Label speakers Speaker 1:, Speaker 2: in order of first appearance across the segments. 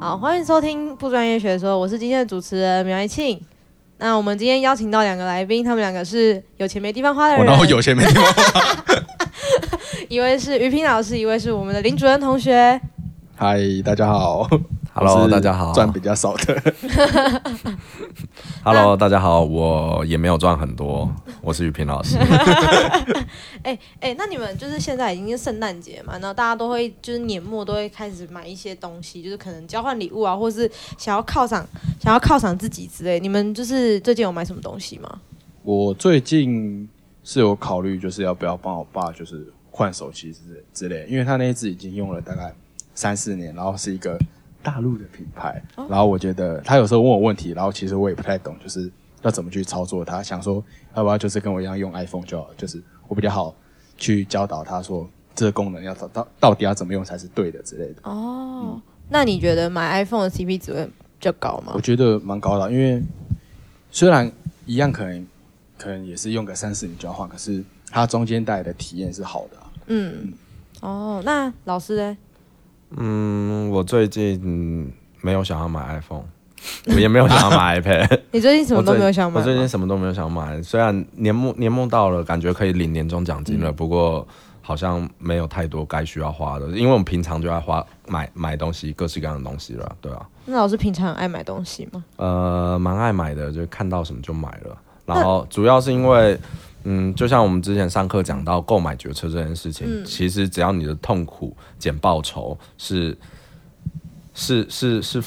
Speaker 1: 好，欢迎收听《不专业学说》，我是今天的主持人苗一庆。那我们今天邀请到两个来宾，他们两个是有钱没地方花的
Speaker 2: 我
Speaker 1: 人，
Speaker 2: 哦然后有钱没 地方。
Speaker 1: 一位是于平老师，一位是我们的林主任同学。
Speaker 2: 嗨，大家好
Speaker 3: Hello，
Speaker 2: 我是
Speaker 3: 大家 好
Speaker 2: 赚比较少的，
Speaker 3: Hello，大家好，我也没有赚很多，我是雨平老师。
Speaker 1: 哎哎，那你们就是现在已经是圣诞节嘛，然后大家都会就是年末都会开始买一些东西，就是可能交换礼物啊，或是想要犒赏想要犒赏自己之类。你们就是最近有买什么东西吗？
Speaker 2: 我最近是有考虑，就是要不要帮我爸就是换手机之类之类，因为他那一只已经用了大概三四年，然后是一个大陆的品牌，然后我觉得他有时候问我问题，然后其实我也不太懂，就是要怎么去操作它，想说要不要就是跟我一样用 iPhone 就好了，就是我比较好去教导他说这个功能要到到到底要怎么用才是对的之类的。
Speaker 1: 哦，那你觉得买 iPhone 的 CP 值会比较高吗
Speaker 2: 我？觉得蛮高的啊，因为虽然一样可能可能也是用个三四年就要换，可是它中间带来的体验是好的啊、
Speaker 1: 嗯，哦，那老师呢？
Speaker 3: 嗯，我最近没有想要买 iPhone，我也没有想要 买 iPad，
Speaker 1: 你最近什么
Speaker 3: 我
Speaker 1: 都
Speaker 3: 最
Speaker 1: 没有想买
Speaker 3: 我最
Speaker 1: 吗
Speaker 3: 近什么都没有想买，虽然年末年末到了，感觉可以领年终奖金了，不过好像没有太多该需要花的，因为我们平常就要花买买东西，各式各样的东西了，对啊，
Speaker 1: 那老师平常很爱买东西吗？
Speaker 3: 呃，蛮爱买的，就看到什么就买了。然后主要是因为，嗯，就像我们之前上课讲到购买决策这件事情，其实只要你的痛苦减报酬是是是是，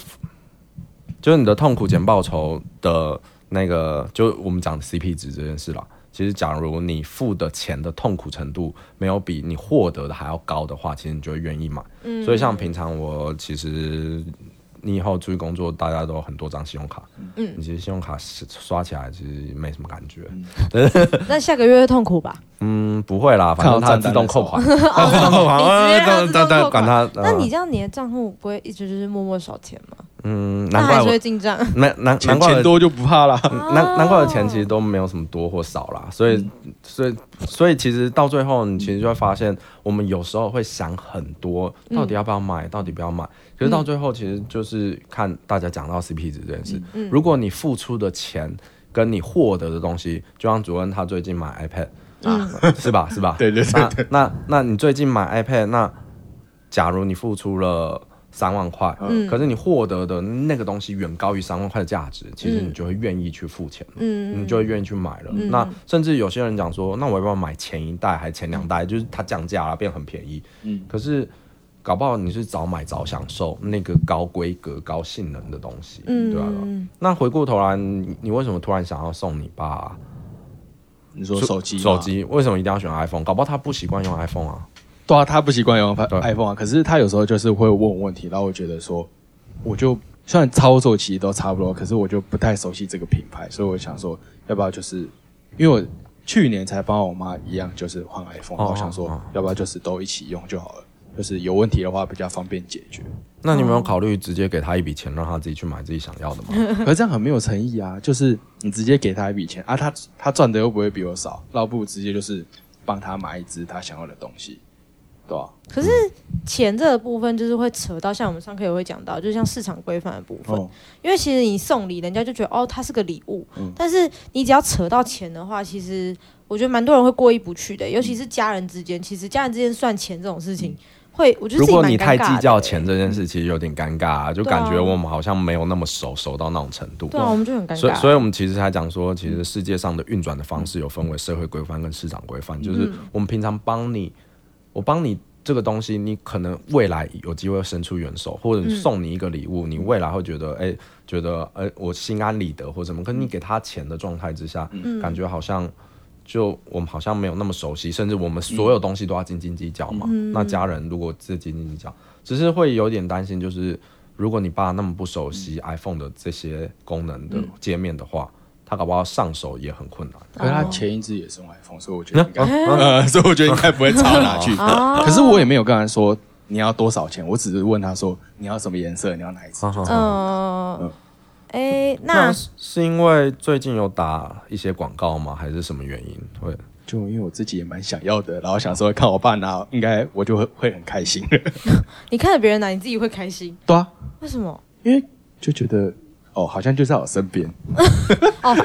Speaker 3: 就是你的痛苦减报酬的那个，就我们讲 CP 值这件事啦。其实，假如你付的钱的痛苦程度没有比你获得的还要高的话，其实你就会愿意买。所以，像平常我其实你以后出去工作，大家都有很多张信用卡，嗯，你其实信用卡是刷起来其实没什么感觉，
Speaker 1: 那下个月会痛苦吧？
Speaker 3: 嗯，不会啦，反正它自动扣款， 它自动扣款，
Speaker 1: 你哦直接让它自动扣款
Speaker 3: 对管它，
Speaker 1: 那你
Speaker 3: 呃
Speaker 1: 这样你的账户不会一直就是默默少钱吗？
Speaker 3: 嗯，
Speaker 1: 那
Speaker 3: 难
Speaker 1: 还
Speaker 3: 怪
Speaker 1: 是会
Speaker 3: 我
Speaker 1: 进账。
Speaker 3: 难难难
Speaker 2: 钱
Speaker 3: 怪我
Speaker 2: 钱多就 不怕啦。
Speaker 3: 难难怪我钱其实都没有什么多或少啦，所以所以所以其实到最后，你其实就会发现，我们有时候会想很多，到底要不要买，到底不要买。可是到最后，其实就是看大家讲到 CP 值这件事。如果你付出的钱跟你获得的东西，就像主任他最近买 iPad，啊，是吧？是吧？
Speaker 2: 对 对对
Speaker 3: 那那那你最近买 iPad，那假如你付出了三万块，
Speaker 1: 嗯
Speaker 2: 嗯
Speaker 3: 可是你获得的那个东西远高于三万块的价值，其实你就会愿意去付钱了，
Speaker 1: 嗯
Speaker 3: 你就会愿意去买了。那甚至有些人讲说，那我要不要买前一代还前两代？就是它降价了，变很便宜。
Speaker 2: 嗯
Speaker 3: 可是搞不好你是早买早享受那个高规格、高性能的东西，对吧、
Speaker 1: 嗯，
Speaker 3: 那回过头来，你你为什么突然想要送你爸、
Speaker 2: 你说手机吗
Speaker 3: 手，机为什么一定要选 iPhone？搞不好他不习惯用 iPhone 啊。
Speaker 2: 对啊，他不习惯用 i-
Speaker 3: 对
Speaker 2: iPhone 啊，可是他有时候就是会问我问题，然后我觉得说，我就虽然操作其实都差不多，可是我就不太熟悉这个品牌，所以我想说，要不要就是因为我去年才帮我妈一样，就是换 iPhone，然后我想
Speaker 3: 哦
Speaker 2: 说
Speaker 3: 哦，
Speaker 2: 要不要就是都一起用就好了，就是有问题的话比较方便解决。
Speaker 3: 那你有没有
Speaker 1: 嗯
Speaker 3: 考虑直接给他一笔钱，让他自己去买自己想要的 吗？
Speaker 2: 可是这样很没有诚意啊！就是你直接给他一笔钱啊，他他赚的又不会比我少，那我不如直接就是帮他买一只他想要的东西，对吧、
Speaker 1: 可是钱这个部分就是会扯到，像我们上课也会讲到，就是像市场规范的部分。
Speaker 2: 哦，
Speaker 1: 因为其实你送礼，人家就觉得哦，它是个礼物。
Speaker 2: 嗯
Speaker 1: 但是你只要扯到钱的话，其实我觉得蛮多人会过意不去
Speaker 3: 嗯
Speaker 1: 的，尤其是家人之间。其实家人之间算钱这种事情，会我觉得
Speaker 3: 如
Speaker 1: 自己
Speaker 3: 果
Speaker 1: 蛮
Speaker 3: 你
Speaker 1: 尴
Speaker 3: 太
Speaker 1: 尬
Speaker 3: 计
Speaker 1: 的
Speaker 3: 较
Speaker 1: 欸
Speaker 3: 钱，这件事，其实有点尴尬、啊，就
Speaker 1: 对啊
Speaker 3: 感觉我们好像没有那么熟，熟到那种程度。
Speaker 1: 对啊，我们就很尴尬。
Speaker 3: 哦所以，所以我们其实才讲说，其实世界上的运转的方式有分为社会规范跟市场规范，
Speaker 1: 嗯
Speaker 3: 就是我们平常帮你，我帮你这个东西，你可能未来有机会伸出援手，或者送
Speaker 1: 嗯
Speaker 3: 你一个礼物，你未来会觉得，哎、觉得，哎、我心安理得或什么，可是你给他钱的状态之下，
Speaker 1: 嗯
Speaker 3: 感觉好像。就我们好像没有那么熟悉，甚至我们所有东西都要斤斤计较嘛。
Speaker 1: 嗯
Speaker 3: 那家人如果自己斤斤计较，只是会有点担心，就是如果你爸那么不熟悉 iPhone 的这些功能的界面的话，他搞不好上手也很困难。
Speaker 2: 可是他前一只也是用 iPhone，所以我觉得应该，
Speaker 1: 嗯
Speaker 2: 呃， 所以我觉得应该不会差到哪 去。
Speaker 1: 哦
Speaker 2: 可是我也没有跟他说你要多少钱，我只是问他说你要什么颜色，你要哪一只。
Speaker 1: 嗯，哎、那
Speaker 3: 那是是因为最近有打一些广告吗？还是什么原因 会？
Speaker 2: 就因为我自己也蛮想要的，然后想说看我爸拿， 应该我就会会很开心。
Speaker 1: 你看着别人拿，你自己会开心？
Speaker 2: 对啊，
Speaker 1: 为什么？
Speaker 2: 因为就觉得哦，好像就在我身边。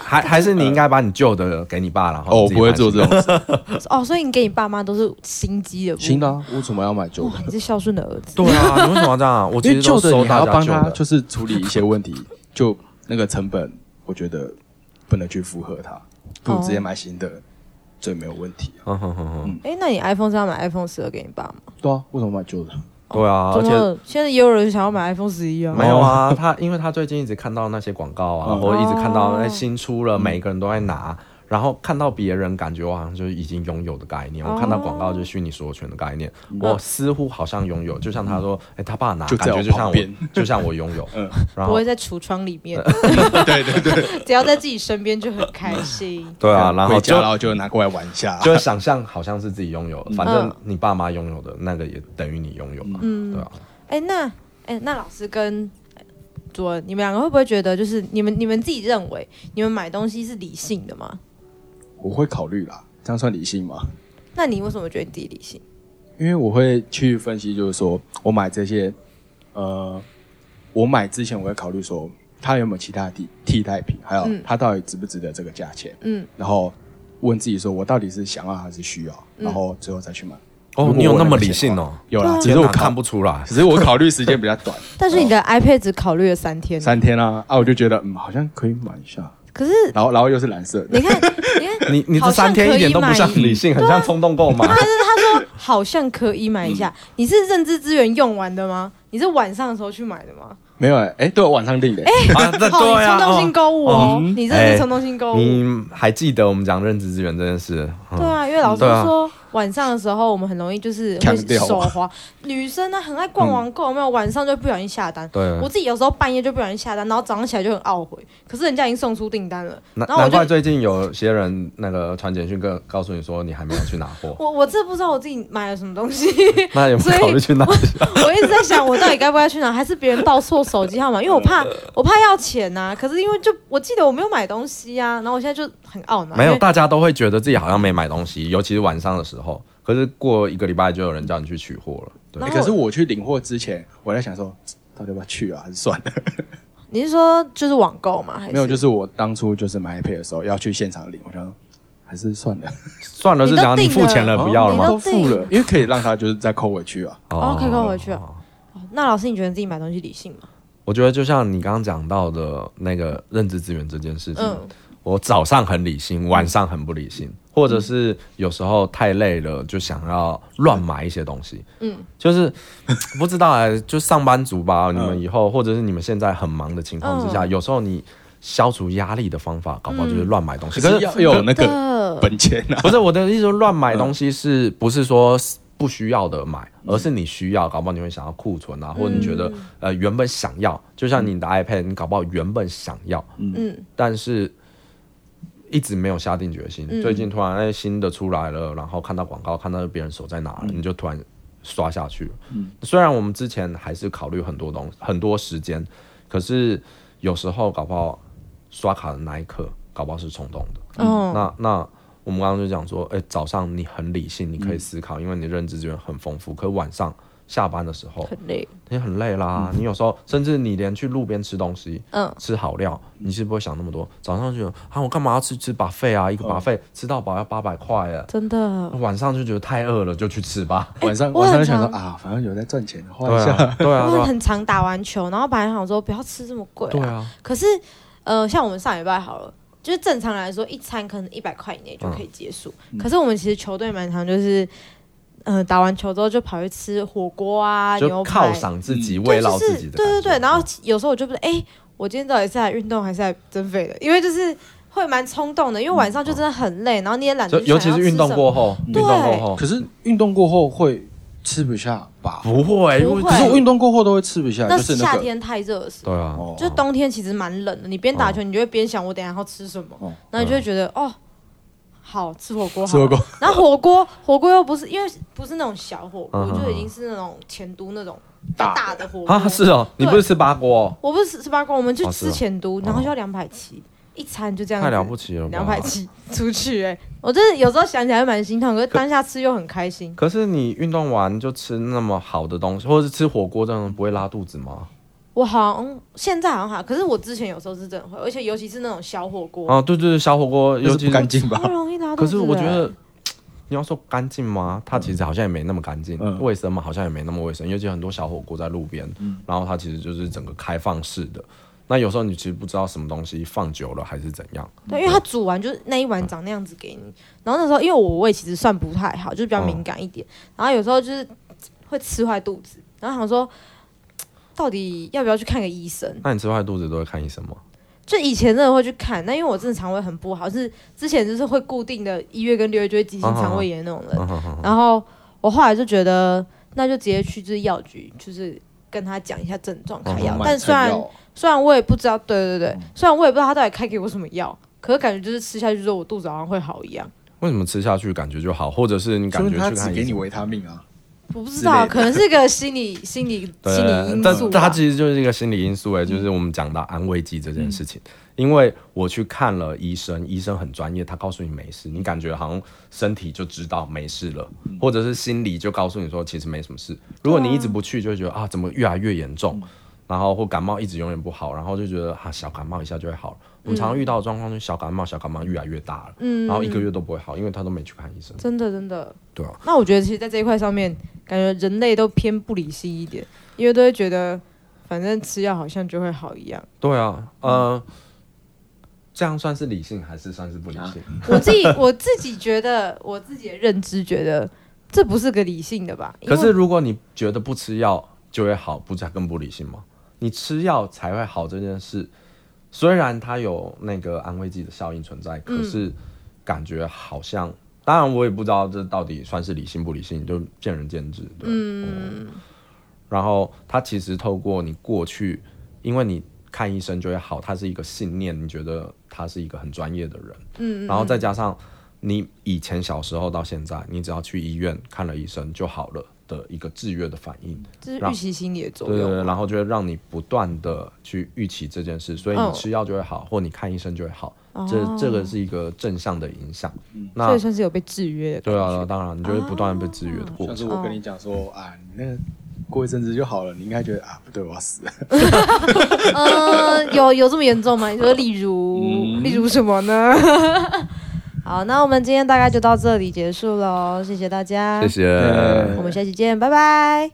Speaker 3: 还还是你应该把你旧的给你爸，然后
Speaker 2: 哦，我
Speaker 3: 自己
Speaker 2: 不会
Speaker 3: 买
Speaker 2: 做
Speaker 3: 新
Speaker 2: 这种事。
Speaker 1: 哦，所以你给你爸妈都是心机的部分，
Speaker 2: 新的啊，为什么要买旧
Speaker 1: 哇，
Speaker 2: 的？
Speaker 1: 你是孝顺的儿子，
Speaker 3: 对啊，你为什么要这样？我其
Speaker 2: 因为
Speaker 3: 实都
Speaker 2: 旧的
Speaker 3: 收
Speaker 2: 你还
Speaker 3: 大
Speaker 2: 要
Speaker 3: 家
Speaker 2: 帮
Speaker 3: 旧
Speaker 2: 他
Speaker 3: 的，
Speaker 2: 就是处理一些问题，就那个成本，我觉得不能去负荷它，不如直
Speaker 1: 哦
Speaker 2: 接买新的，最没有问题啊。
Speaker 3: 哼哼哼哼
Speaker 1: 哎、那你 iPhone 是要买 iPhone 十二给你爸吗？
Speaker 2: 对啊，为什么买旧的？
Speaker 3: 对啊，而
Speaker 1: 怎
Speaker 3: 且
Speaker 1: 么现在也有人想要买 iPhone 十一啊？
Speaker 3: 没有啊，他因为他最近一直看到那些广告啊，
Speaker 2: 嗯
Speaker 3: 或者一直看到
Speaker 1: 哦
Speaker 3: 哎新出了，每个人都在拿，然后看到别人，感觉我好像就是已经拥有的概念。我看到广告就是虚拟所有权的概念，我似乎好像拥有，就像他说，哎，他爸拿，
Speaker 2: 就
Speaker 3: 感
Speaker 2: 在
Speaker 3: 觉
Speaker 2: 我
Speaker 3: 就像
Speaker 2: 旁
Speaker 3: 我
Speaker 2: 边，
Speaker 3: 就像我拥有。然
Speaker 1: 不
Speaker 3: 后
Speaker 1: 会在橱窗里面， 只要在自己身边就很开心。
Speaker 3: 对啊，然后
Speaker 2: 回家
Speaker 3: 就
Speaker 2: 然后就拿过来玩一下。
Speaker 3: 就会想象好像是自己拥有的，反正
Speaker 1: 嗯
Speaker 3: 你爸妈拥有的那个也等于你拥有嘛，对啊。
Speaker 1: 哎、那哎、那老师跟主任，你们两个会不会觉得，就是你们你们自己认为，你们买东西是理性的吗？
Speaker 2: 我会考虑啦，这样算理性吗？
Speaker 1: 那你为什么觉得你自己理性？
Speaker 2: 因为我会去分析，就是说我买这些，呃，我买之前我会考虑说它有没有其他替替代品，还有
Speaker 1: 嗯
Speaker 2: 它到底值不值得这个价钱，
Speaker 1: 嗯，
Speaker 2: 然后问自己说我到底是想要还是需要，
Speaker 1: 嗯
Speaker 2: 然后最后再去买。
Speaker 3: 哦
Speaker 2: 如，果
Speaker 3: 你有
Speaker 2: 我
Speaker 3: 那么
Speaker 2: 个
Speaker 3: 理
Speaker 2: 钱
Speaker 3: 性
Speaker 2: 的话？
Speaker 3: 哦？
Speaker 2: 有
Speaker 1: 啊
Speaker 2: 啦，啊只
Speaker 3: 其
Speaker 2: 是
Speaker 3: 实
Speaker 2: 我
Speaker 3: 我
Speaker 2: 考
Speaker 3: 看，不出来，
Speaker 2: 只是我考虑时间比较短，
Speaker 1: 但是你的 iPad 只考虑了三天，
Speaker 2: 三天啊啊，我就觉得嗯，好像可以买一下，
Speaker 1: 可是
Speaker 2: 然后然后又是蓝色的，
Speaker 1: 你看，你看，
Speaker 3: 你你这
Speaker 1: 好像
Speaker 3: 三天
Speaker 1: 可
Speaker 3: 一点
Speaker 1: 以
Speaker 3: 都不
Speaker 1: 买
Speaker 3: 像理性，很像冲动购买。
Speaker 1: 好像可以买一下。
Speaker 3: 嗯
Speaker 1: 你是认知资源用完的吗？你是晚上的时候去买的吗？
Speaker 2: 没有哎、欸，对我晚上订的、
Speaker 3: 啊，这
Speaker 1: 哦，你
Speaker 3: 对
Speaker 1: 冲
Speaker 3: 啊，
Speaker 1: 动性购物哦，
Speaker 2: 嗯
Speaker 1: 你真的是冲动性购
Speaker 3: 哦
Speaker 1: 物。
Speaker 3: 你还记得我们讲认知资源这件事？嗯
Speaker 1: 对啊，因为老师
Speaker 3: 对啊
Speaker 1: 说晚上的时候我们很容易就是
Speaker 2: 强
Speaker 1: 会
Speaker 2: 调
Speaker 1: 手滑，女生啊呢很爱逛网购，有没有晚上就不小心下单。
Speaker 3: 嗯对啊
Speaker 1: 我自己有时候半夜就不小心下单，然后早上起来就很懊悔，可是人家已经送出订单了，
Speaker 3: 难
Speaker 1: 然后我
Speaker 3: 难怪
Speaker 1: 就
Speaker 3: 最近有些人那个传简讯告告诉你说你还没有去拿货，
Speaker 1: 我我真的不知道我自己买了什么东西，
Speaker 3: 那有没
Speaker 1: 所以
Speaker 3: 有考虑去拿？
Speaker 1: 我一直在想，我到底该不该去拿，还是别人报错手机号码？因为我怕，我怕要钱呐、可是因为就我记得我没有买东西呀、然后我现在就很懊 恼。
Speaker 3: 没
Speaker 1: 因
Speaker 3: 有，
Speaker 1: 为
Speaker 3: 大家都会觉得自己好像没买东西，尤其是晚上的时候。可是过一个礼拜就有人叫你去取货了，对
Speaker 1: 然
Speaker 2: 欸
Speaker 1: 后
Speaker 2: 可是我去领货之前，我在想说。到底要不要去啊？还是算了？
Speaker 1: 你是说就是网购吗？还是
Speaker 2: 没有，就是我当初就是买 iPad 的时候要去现场领，我想说还是算了。
Speaker 3: 算了，是
Speaker 1: 你都
Speaker 3: 讲你
Speaker 1: 定
Speaker 3: 付
Speaker 1: 了
Speaker 3: 钱了，呃不要
Speaker 1: 哦
Speaker 3: 了
Speaker 1: 你
Speaker 3: 吗？
Speaker 1: 都
Speaker 2: 都付了，因为可以让他就是再扣回去啊。
Speaker 1: 哦，可以跟我回去哦。哦那老师，你觉得自己买东西理性吗？
Speaker 3: 我觉得就像你刚刚讲到的那个认知资源这件事情，
Speaker 1: 嗯
Speaker 3: 我早上很理
Speaker 2: 嗯
Speaker 3: 性，晚上很不理性，或者是有时候太累了就想要乱买一些东西，
Speaker 1: 嗯，
Speaker 3: 就是不知道哎、就上班族吧，你们
Speaker 2: 嗯
Speaker 3: 以后或者是你们现在很忙的情况之下，
Speaker 1: 嗯
Speaker 3: 有时候你消除压力的方法，搞不好就是乱买东西。
Speaker 2: 嗯可是要有那个
Speaker 1: 的
Speaker 2: 本钱 啊。
Speaker 3: 不是我的意思，说乱买东西是不是说不需要的买，而是你需要，搞不好你会想要库存啊，或者你觉得呃原本想要，就像你的 iPad，你搞不好原本想要，
Speaker 1: 嗯，
Speaker 3: 但是一直没有下定决心。
Speaker 1: 嗯
Speaker 3: 最近突然哎新的出来了，然后看到广告，看到别人手在哪了，
Speaker 1: 嗯
Speaker 3: 你就突然刷下去了。虽然我们之前还是考虑很多东很多时间，可是有时候搞不好刷卡的那一刻，搞不好是冲动的。
Speaker 1: 哦
Speaker 3: 那那我们刚刚就讲说，哎、早上你很理性，你可
Speaker 1: 嗯
Speaker 3: 以思考，因为你的认知资源很丰富。可晚上下班的时候，
Speaker 1: 很嗯累。
Speaker 3: 你很累啦，你有时候甚至你连去路边吃东西，
Speaker 1: 嗯，
Speaker 3: 吃好料，你是不会想那么多。早上就觉得啊，我干嘛要去吃 buffet 啊？一
Speaker 1: 嗯
Speaker 3: 个 buffet、吃到饱要八百块耶。
Speaker 1: 真的。
Speaker 3: 晚上就觉得太饿了，就去吃吧。
Speaker 2: 晚上
Speaker 1: 我
Speaker 2: 晚
Speaker 1: 很
Speaker 2: 上就想说
Speaker 1: 常
Speaker 2: 啊，反正有在赚钱，花
Speaker 3: 对
Speaker 2: 一下。
Speaker 3: 啊，对啊，
Speaker 1: 我
Speaker 3: 对啊，
Speaker 1: 很常打完球，然后本来想说不要吃这么贵、
Speaker 3: 对啊，
Speaker 1: 可是，呃，像我们上礼拜好了，就是正常来说，一餐可能一百块以内就可以结束。
Speaker 3: 嗯
Speaker 1: 可是我们其实球队蛮常就是，呃，打完球之后就跑去吃火锅啊、
Speaker 3: 就
Speaker 1: 牛排
Speaker 3: 犒，赏自己，
Speaker 1: 对，
Speaker 3: 慰劳
Speaker 1: 就
Speaker 3: 自
Speaker 1: 是
Speaker 3: 己的感觉。嗯
Speaker 1: 对对对。然后有时候我就不是，哎、我今天到底是来运动还是来增肥的？因为就是会蛮冲动的，因为晚上就真的很累，然后你也懒得
Speaker 3: 嗯就
Speaker 1: 去想要吃什
Speaker 3: 尤其
Speaker 1: 么，
Speaker 3: 是运动过后，运
Speaker 1: 对
Speaker 3: 动过后
Speaker 2: 可是运动过后会吃不下吧？
Speaker 3: 不会，因为
Speaker 1: 不
Speaker 2: 可
Speaker 1: 会
Speaker 2: 是我运动过后都会吃不下，
Speaker 1: 那
Speaker 2: 就是那
Speaker 1: 夏
Speaker 2: 个
Speaker 1: 天太热的时候。
Speaker 3: 对啊，
Speaker 2: 哦
Speaker 1: 就冬天其实蛮冷的，你边打球，你就会边想我等一下要吃什么，
Speaker 2: 哦
Speaker 1: 然后
Speaker 3: 嗯
Speaker 1: 你就会觉得、哦，好吃火 锅，
Speaker 2: 吃火锅，
Speaker 1: 然后火锅，火锅又不是因为不是那种小火锅，
Speaker 3: 嗯嗯
Speaker 1: 就已经是那种前都那种
Speaker 2: 大
Speaker 1: 大的火锅。
Speaker 3: 啊是哦，你
Speaker 1: 对
Speaker 3: 不是吃八锅哦，
Speaker 1: 我不是十八公，我们去
Speaker 3: 哦是
Speaker 1: 吃
Speaker 3: 哦
Speaker 1: 前都，然后就要两百七一餐，就这样
Speaker 3: 太了不
Speaker 1: 起，
Speaker 3: 起了吧，
Speaker 1: 两百七出去哎、我真的有时候想起来蛮心痛，可是当下吃又很开心。
Speaker 3: 可是你运动完就吃那么好的东西，或者是吃火锅，这样不会拉肚子吗？
Speaker 1: 我好像现在好像还好，可是我之前有时候是真的会，而且尤其是那种小火锅，
Speaker 3: 啊，对对对，小火锅，
Speaker 2: 就
Speaker 3: 尤
Speaker 2: 是
Speaker 3: 其
Speaker 2: 不干
Speaker 3: 是，
Speaker 2: 净吧
Speaker 1: 超？容易拉肚
Speaker 3: 可
Speaker 1: 子
Speaker 3: 是
Speaker 1: 的。
Speaker 3: 我觉得。你要说干净吗？它其实好像也没那么干净
Speaker 2: 嗯，
Speaker 3: 卫、生嘛好像也没那么卫生，尤其很多小火锅在路边，然后它其实就是整个开放式的。那有时候你其实不知道什么东西放久了还是怎样，
Speaker 1: 对，因为它煮完就是那一碗长那样子给你。然后那时候因为我胃其实算不太好，就是比较敏感一点，然后有时候就是会吃坏肚子，然后想说到底要不要去看个医生？
Speaker 3: 那你吃坏肚子都会看医生吗？
Speaker 1: 就以前真的会去看，那因为我真的肠胃很不好，是之前就是会固定的一月跟六月就会急性肠胃炎那种人。然后我后来就觉得，那就直接去就是药局，就是跟他讲一下症状，开药。
Speaker 2: 买
Speaker 1: 但虽然
Speaker 2: 菜药
Speaker 1: 虽然我也不知道，对对
Speaker 3: 嗯
Speaker 1: 对，虽然我也不知道他到底开给我什么药，可是感觉就是吃下去之后，我肚子好像会好一样。
Speaker 3: 为什么吃下去感觉就好，或者是你感
Speaker 2: 说
Speaker 3: 觉
Speaker 2: 明
Speaker 3: 去
Speaker 2: 他
Speaker 3: 看
Speaker 2: 只
Speaker 3: 医
Speaker 2: 给你
Speaker 3: 生
Speaker 2: 维他命啊，
Speaker 1: 我不知
Speaker 2: 之
Speaker 1: 道，
Speaker 2: 类的
Speaker 1: 可能是一个心理心理
Speaker 3: 对
Speaker 1: 心理因
Speaker 3: 但
Speaker 1: 素
Speaker 3: 但它
Speaker 1: 吧。嗯
Speaker 3: 其实就是一个心理因素哎、就是我们讲到安慰剂这件事情。因为我去看了医生，医生很专业，他告诉你没事，你感觉好像身体就知道没事了，
Speaker 1: 嗯
Speaker 3: 或者是心理就告诉你说其实没什么事。如果你一直不去，就会觉得啊怎么越来越严重，
Speaker 1: 嗯
Speaker 3: 然后或感冒一直永远不好，然后就觉得啊小感冒一下就会好了。
Speaker 1: 嗯
Speaker 3: 我们常常遇到的状况就是小感冒，小感冒越来越大了，然后一个月都不会好，因为他都没去看医生。
Speaker 1: 真的真的，
Speaker 3: 对啊。
Speaker 1: 那我觉得其实，在这一块上面，感觉人类都偏不理性一点，因为都会觉得，反正吃药好像就会好一 样。
Speaker 3: 对啊，呃，
Speaker 1: 嗯
Speaker 3: 这样算是理性还是算是不理性？
Speaker 1: 我自己我自己觉得，我自己的认知觉得，这不是个理性的吧？因
Speaker 3: 可
Speaker 1: 为
Speaker 3: 是如果你觉得不吃药就会好，不才更不理性吗？你吃药才会好这件事，虽然它有那个安慰剂的效应存在，可是感觉好像，当然我也不知道这到底算是理性不理性，就见仁见智。对，嗯。然后它其实透过你过去，因为你看医生就会好，他是一个信念，你觉得他是一个很专业的人，嗯，然后再加上你以前小时候到现在，你只要去医院看了医生就好了的一个制约的反应，
Speaker 1: 这是预期心理的作
Speaker 3: 对对
Speaker 1: 用。
Speaker 3: 对，然后就会让你不断的去预期这件事，所以
Speaker 1: 嗯
Speaker 3: 你吃药就会好，或你看医生就会好，
Speaker 1: 哦
Speaker 3: 这这个是一个正向的影响。
Speaker 1: 所
Speaker 3: 那
Speaker 1: 以算是有被制约的感
Speaker 3: 对
Speaker 1: 觉。
Speaker 3: 啊，当然你就会不断地被制约的过
Speaker 2: 像是
Speaker 3: 程。
Speaker 2: 我跟你讲说啊，你那个过一阵子就好了，你应该觉得啊，不对，我要死了。
Speaker 1: 嗯，有有这么严重吗？你说，例如，例如什么呢？ 好，那我们今天大概就到这里结束喽，谢谢大家，
Speaker 3: 谢谢。
Speaker 1: 我们下期见，拜拜。